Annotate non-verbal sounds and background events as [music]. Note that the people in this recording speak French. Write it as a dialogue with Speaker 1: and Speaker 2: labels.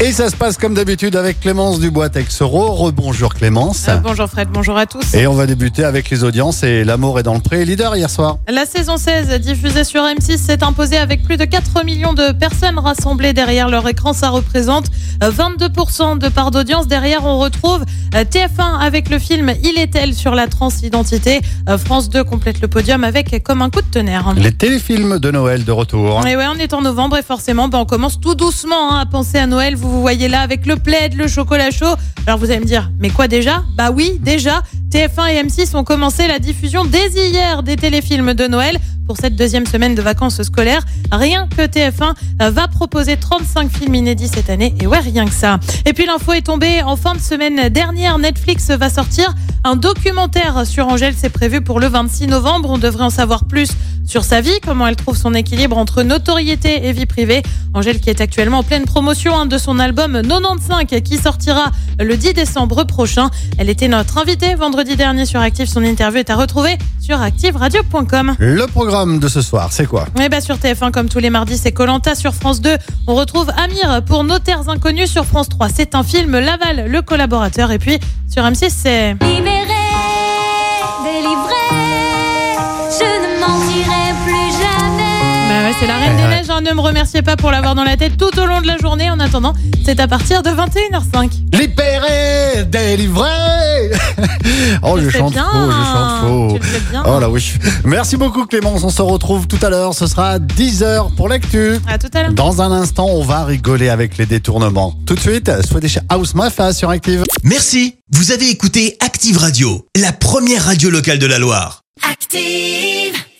Speaker 1: Et ça se passe comme d'habitude avec Clémence Dubois-Texero. Rebonjour Clémence.
Speaker 2: Euh, bonjour Fred, bonjour à tous.
Speaker 1: Et on va débuter avec les audiences et l'amour est dans le pré. Leader hier soir.
Speaker 2: La saison 16, diffusée sur M6, s'est imposée avec plus de 4 millions de personnes rassemblées derrière leur écran. Ça représente euh, 22% de part d'audience. Derrière, on retrouve euh, TF1 avec le film Il est-elle sur la transidentité. Euh, France 2 complète le podium avec Comme un coup de tonnerre.
Speaker 1: Les téléfilms de Noël de retour.
Speaker 2: Et Eh ouais, on est en novembre et forcément, bah, on commence tout doucement hein, à penser à Noël. Vous vous voyez là avec le plaid, le chocolat chaud. Alors vous allez me dire, mais quoi déjà Bah oui, déjà. TF1 et M6 ont commencé la diffusion dès hier des téléfilms de Noël pour cette deuxième semaine de vacances scolaires. Rien que TF1 euh, va proposer 35 films inédits cette année. Et ouais, rien que ça. Et puis l'info est tombée en fin de semaine dernière. Netflix va sortir un documentaire sur Angèle. C'est prévu pour le 26 novembre. On devrait en savoir plus sur sa vie, comment elle trouve son équilibre entre notoriété et vie privée. Angèle qui est actuellement en pleine promotion hein, de son album 95 qui sortira le 10 décembre prochain. Elle était notre invitée vendredi dernier sur Active. Son interview est à retrouver sur activeradio.com.
Speaker 1: Le programme de ce soir, c'est quoi
Speaker 2: Et bien bah, sur TF1 comme tous les mardis, c'est Colanta sur France 2. On retrouve Amir pour Nos terres inconnues sur France 3. C'est un film Laval, le collaborateur. Et puis sur M6, c'est...
Speaker 3: Libéré, délivré, je ne mentirai plus jamais.
Speaker 2: Bah ouais, c'est la Reine
Speaker 1: Ouais,
Speaker 2: des
Speaker 1: ouais.
Speaker 2: Neiges. hein. Ne me remerciez pas pour l'avoir dans la tête tout au long de la journée. En attendant, c'est à partir de 21h05.
Speaker 1: Libéré, délivré. [laughs] oh, je
Speaker 2: fais
Speaker 1: chante
Speaker 2: bien. hein.
Speaker 1: faux, je chante faux.
Speaker 2: Tu le fais bien.
Speaker 1: Oh là oui. Merci beaucoup Clémence. On se retrouve tout à l'heure. Ce sera 10h pour l'actu.
Speaker 2: À tout à l'heure.
Speaker 1: Dans un instant, on va rigoler avec les détournements. Tout de suite, soyez chez House Mafia sur Active.
Speaker 4: Merci, vous avez écouté Active Radio, la première radio locale de la Loire.
Speaker 3: Active.